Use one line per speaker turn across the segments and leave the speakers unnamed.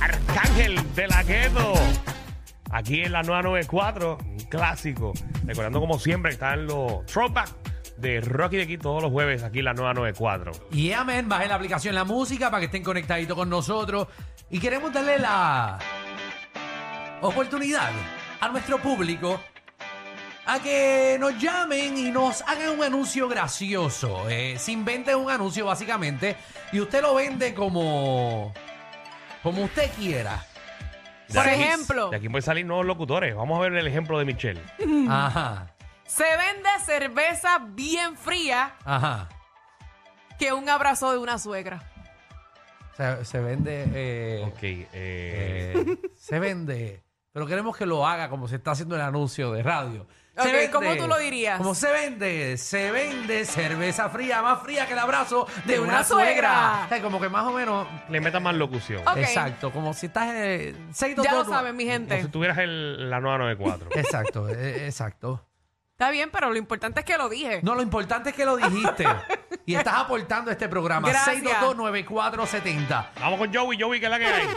Ángel de la Gueto. Aquí en la 994, un clásico. Recordando como siempre, están los throwback de Rocky de aquí todos los jueves, aquí en la 994.
Y amén, bajen la aplicación La Música para que estén conectaditos con nosotros. Y queremos darle la oportunidad a nuestro público a que nos llamen y nos hagan un anuncio gracioso. Eh, se inventen un anuncio básicamente y usted lo vende como, como usted quiera.
De
Por
aquí-
ejemplo,
De aquí pueden salir nuevos locutores. Vamos a ver el ejemplo de Michelle.
Ajá,
se vende cerveza bien fría
ajá.
que un abrazo de una suegra.
Se, se vende... eh,
Ok, eh,
Eh, se vende, pero queremos que lo haga como se está haciendo el anuncio de radio. Se
Ok, ¿cómo tú lo dirías?
Como se vende, se vende cerveza fría, más fría que el abrazo de,
De
una,
una
suegra.
suegra.
O sea, como que más o menos,
le meta más locución.
Ok.
exacto, como si estás eh, en el
Ya lo
622.
saben, mi
Como si
gente.
tuvieras el, la 994.
Exacto, eh, exacto.
Está bien, pero lo importante es que lo dije.
No, lo importante es que lo dijiste y estás aportando a este programa.
Gracias.
6229470.
Vamos con Joey, Joey, que es la que hay.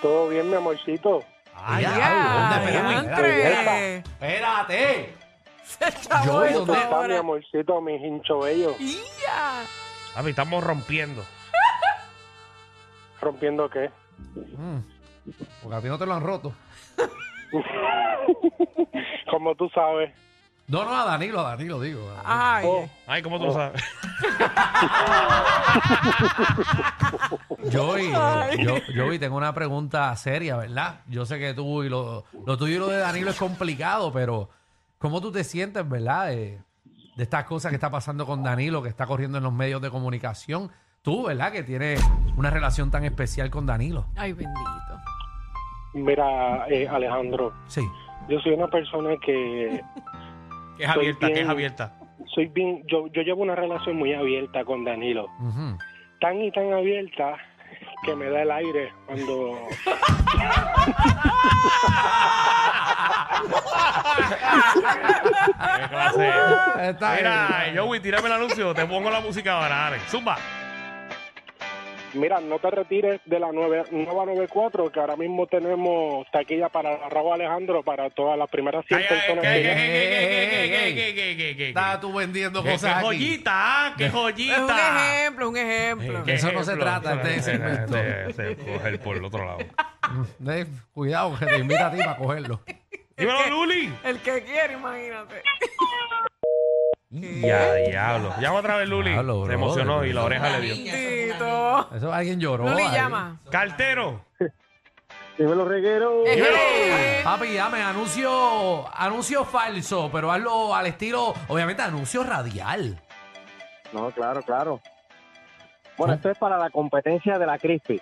Todo bien, mi amorcito.
Ay,
Ya,
ya, ¿dónde,
ya,
espérame,
entre.
Espérate.
Se acabó
Yo,
esto
¿dónde
Está mi
ahora.
amorcito, mi hincho bello?
Ya.
Papi, estamos rompiendo.
¿Rompiendo qué?
Mm, porque a ti no te lo han roto.
Como tú sabes.
No, no, a Danilo, a Danilo digo. a Danilo.
Ay.
Oh,
Ay, ¿cómo tú lo sabes?
Joey,
Ay.
yo, Joey, tengo una pregunta seria, ¿verdad? Yo sé que tú y lo, lo tuyo y lo de Danilo es complicado, pero ¿cómo tú te sientes, verdad? De, de estas cosas que está pasando con Danilo, que está corriendo en los medios de comunicación. Tú, ¿verdad? Que tienes una relación tan especial con Danilo.
Ay, bendito.
mira, eh, Alejandro,
Sí.
yo soy una persona que
Que es abierta, que es
bien.
abierta.
soy bien, yo, yo llevo una relación muy abierta con Danilo.
Ujú.
Tan y tan abierta que me da el aire cuando...
¿Qué clase?
Está
Mira,
bien.
Joey, tírame el anuncio. Te pongo la música ahora, dale. Zumba.
Mira, no te retires de la 9, nueva 94, que ahora mismo tenemos taquilla para Raúl Alejandro, para todas las primeras 100
Ay, ay,
personas.
que-
que-
que- que- que-
Ey,
que-
ey,
que- que- que- que-
Está tú vendiendo
que- que-
cosas
¡Qué
aquí.
joyita! ah, ¡Qué
Es un
joyita!
ejemplo, un ejemplo.
Qué
eso no se
ejemplo.
trata, este es el
Este-
momento.
este es coger por el otro lado.
Eh, Cuidado, que te invita a ti para cogerlo.
¡Dímelo, Luli!
El que quiere, imagínate.
Ya, diablo. Llama otra vez, Luli.
Diablo,
Se
brother.
emocionó y la oreja le dio.
Bendito.
Eso alguien lloró.
Luli
ahí.
llama.
Cartero.
Dímelo, reguero.
Eh,
Ejé.
Papi, dame anuncio, anuncio falso, pero hazlo al estilo, obviamente, anuncio radial.
No, claro, claro. Bueno, esto es para la competencia de la Crispy.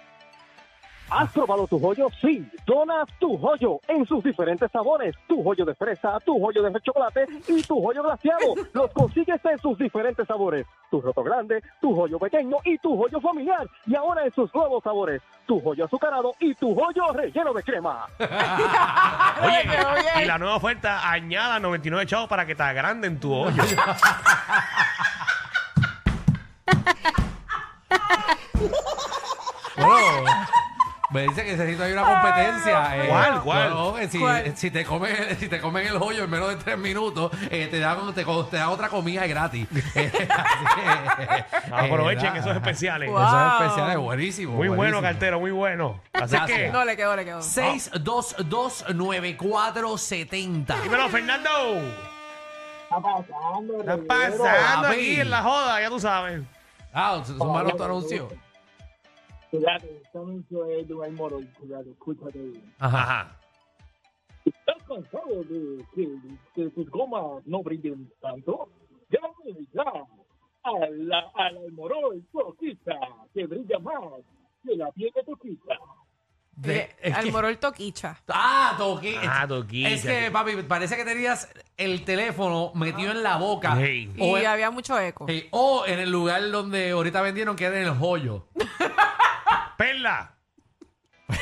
¿Has probado tu joyo? Sí, donas tu joyo en sus diferentes sabores. Tu joyo de fresa, tu joyo de chocolate y tu joyo glaciado. Los consigues en sus diferentes sabores. Tu roto grande, tu joyo pequeño y tu joyo familiar. Y ahora en sus nuevos sabores. Tu joyo azucarado y tu joyo relleno de crema.
Oye,
Oye, oye.
y la nueva oferta, añada 99 chavos para que te agranden tu hoyo.
Bueno, me dice que necesito hay una competencia. eh,
¿Cuál, cuál?
no, que si,
¿Cuál?
si te comen, si te comen el hoyo en menos de tres minutos, eh, te, dan, te, co- te dan otra comida gratis. Eh, así que, eh,
Aprovechen
nada.
esos especiales.
Guau.
Esos
Wow.
especiales, buenísimo.
Muy bueno,
buenísimo.
cartero, muy bueno. Así
Gracias.
que,
No, le quedó, le quedó.
6229470.
dímelo, Fernando.
Está pasando,
Está pasando
Papi.
aquí en la joda, ya tú sabes.
Ah, son malos tu anuncio. Ajá.
Ajá.
¿Estás cansado de que, que tus gomas no brillen tanto? Llame ya a la, a la Almorol Toquita, que brilla más que la piel de Toquita.
Eh,
De- es que-
Al morol toquicha.
Ah, toquilla.
Ah, toquilla.
Es que, papi, parece que tenías el teléfono metido en la boca.
Hey.
O,
Y había mucho eco.
eh, o en el lugar donde ahorita vendieron, que era en el joyo.
Perla.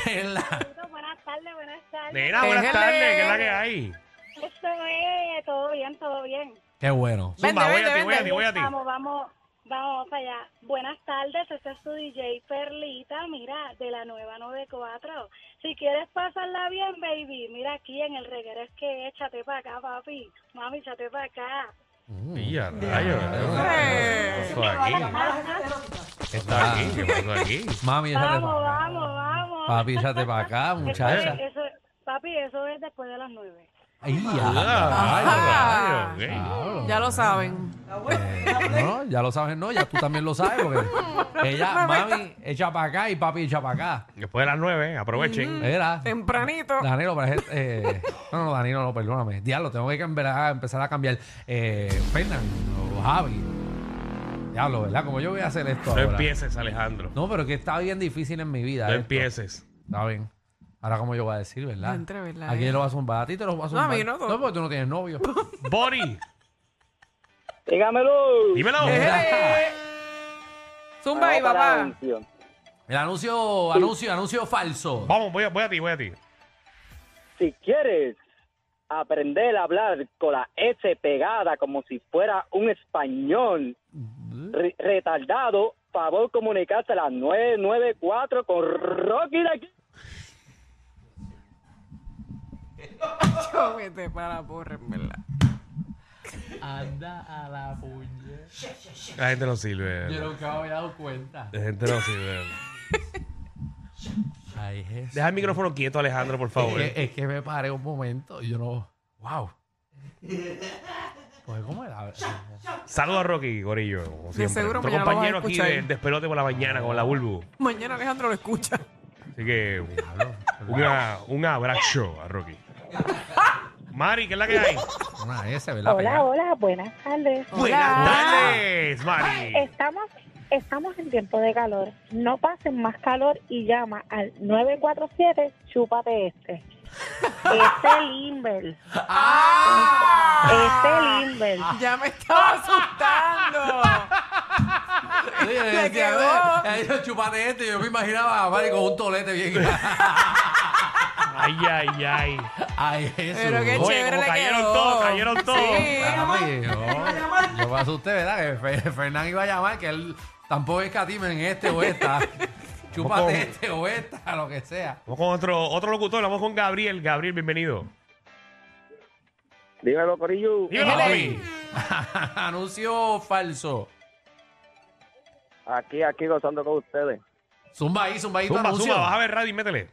En la-
Buenas tardes, buenas tardes.
Nena, buenas
Déjele.
tardes, ¿qué es la que hay?
Esto es todo bien, todo bien.
Qué bueno.
Vende,
Zumba, voy
vende,
a ti, voy a ti,
vende.
voy a ti.
Vamos, vamos, Vamos para allá. Buenas tardes, este es tu DJ Perlita, mira, de la nueva 94. Si quieres pasarla bien, baby, mira aquí en el reguero es que échate para acá, papi. Mami, échate para acá.
Pilla, Mm, rayo. ¿Qué pasó aquí? ¿Qué pasó
Está-
aquí? ¿Qué pasó aquí?
Mami, échate
Vamos,
para acá.
vamos, vamos.
Papi, échate para acá, muchacha.
Eso es- eso es- papi, eso es después de las nueve.
Ay,
Ah, rayo, rayo, ok.
ya.
Ya lo saben.
No, Ah, ya lo sabes, no, ya tú también lo sabes, porque ella, mami, echa para acá y papi echa para acá.
Después de las 9, aprovechen.
Era.
Tempranito.
Danilo, para gente- eh, no, no, Danilo, no, perdóname. Diablo, tengo que cambiar- empezar a cambiar. Eh, Fernan o Javi. Diablo, ¿verdad? Como yo voy a hacer esto
No
ahora?
empieces, Alejandro.
No, pero que está bien difícil en mi vida.
No
esto.
empieces.
Está bien. Ahora, como yo voy a decir, ¿verdad?
Entre, ¿verdad?
Aquí lo vas a zumbar. A ti te lo vas a
No, a
zumbar.
mí no, no.
No, porque tú no tienes novio.
Bori,
Dígamelo.
dímelo.
Eh, Zumba ahí,
Vamos para la
papá.
canción.
El anuncio, anuncio, anuncio falso.
Vamos, voy a, voy a ti, voy a ti.
Si quieres aprender a hablar con la S pegada como si fuera un español re- retardado, favor comunicarse a las 994 con Rocky de aquí.
Yo vete para la porra, en verdad.
Anda a la puñe.
La gente no sirve.
Yo
La
nunca me había dado cuenta.
gente no sirve.
Ay, Jesús.
Deja el micrófono quieto, Alejandro, por favor.
Es que, es que me paré un momento y yo no. ¡Wow! Pues, ¿cómo era?
Saludos a Rocky, Gorillo. como siempre.
seguro
Nuestro
mañana lo vas a
compañero aquí
escuchar.
de Despelote por la mañana con la Bulbu.
Mañana Alejandro lo escucha.
Así que una- un abrazo a Rocky. Mari, ¿qué es la que hay?
Una S, ¿verdad?
Hola, hola, buenas tardes.
Buenas
Ah.
tardes, Mari.
Estamos, estamos en tiempo de calor. No pasen más calor y llama al 947 Chúpate este. Este Limber. Este Limber.
Ya me estaba asustando.
Oye, yo
Se
decía,
quedó.
"A ver, yo chupate este. Yo me imaginaba a Mari con un tolete bien.
Ay, ay, ay.
Ay, Jesús.
Pero qué
Oye,
chévere
como
le
cayeron
quedó.
todos, cayeron todos.
Sí.
Ay, yo, yo me asusté, ¿verdad? Que Fe- Fernán iba a llamar, que él tampoco es catime en este o esta.
Tampoco.
Chúpate este o esta, lo que sea.
Vamos con otro, otro locutor, vamos con Gabriel. Gabriel, bienvenido.
Dímelo, Corillo.
Dímelo,
Papi. Anuncio falso.
Aquí, aquí gozando con ustedes.
Zumba ahí, zumba ahí tu
Zumba,
anuncio.
zumba, baja a ver radio y métele.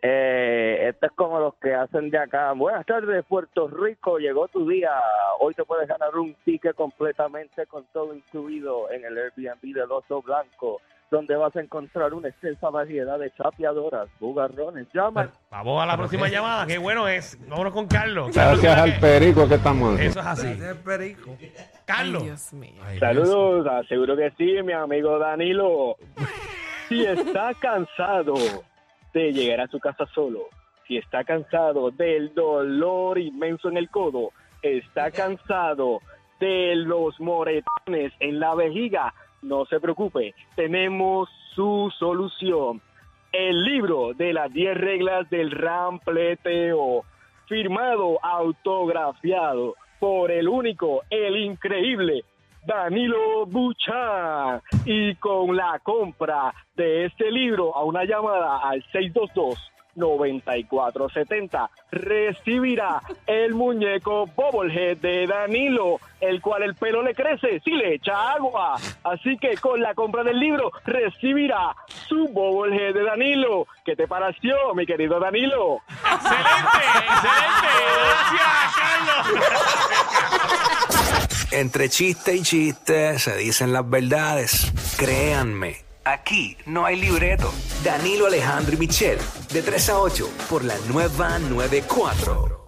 Eh, esto es como los que hacen de acá. Buenas tardes, Puerto Rico. Llegó tu día. Hoy te puedes ganar un ticket completamente con todo incluido en el Airbnb del Oso Blanco, donde vas a encontrar una extensa variedad de chapeadoras, bugarrones, llamas.
Vamos a la próxima llamada, qué bueno es. Vámonos con Carlos. Carlos,
Gracias al
¿qué-
perico que estamos haciendo.
Eso es así.
Ay,
Carlos.
Dios mío.
Ay,
Saludos, aseguro que sí, mi amigo Danilo. Si está cansado de llegar a su casa solo, si está cansado del dolor inmenso en el codo, está cansado de los moretones en la vejiga, no se preocupe, tenemos su solución. El libro de las 10 reglas del rampleteo, firmado, autografiado por el único, el increíble Danilo Buchan. Y con la compra de este libro a una llamada al 622-9470, recibirá el muñeco Bobblehead de Danilo, el cual el pelo le crece si le echa agua. Así que con la compra del libro recibirá su Bobblehead de Danilo. ¿Qué te pareció, mi querido Danilo?
Excelente, excelente. Gracias, Carlos.
Entre chiste y chiste se dicen las verdades. Créanme, aquí no hay libreto. Danilo Alejandro y Michel, de 3 a 8, por la nueva 94.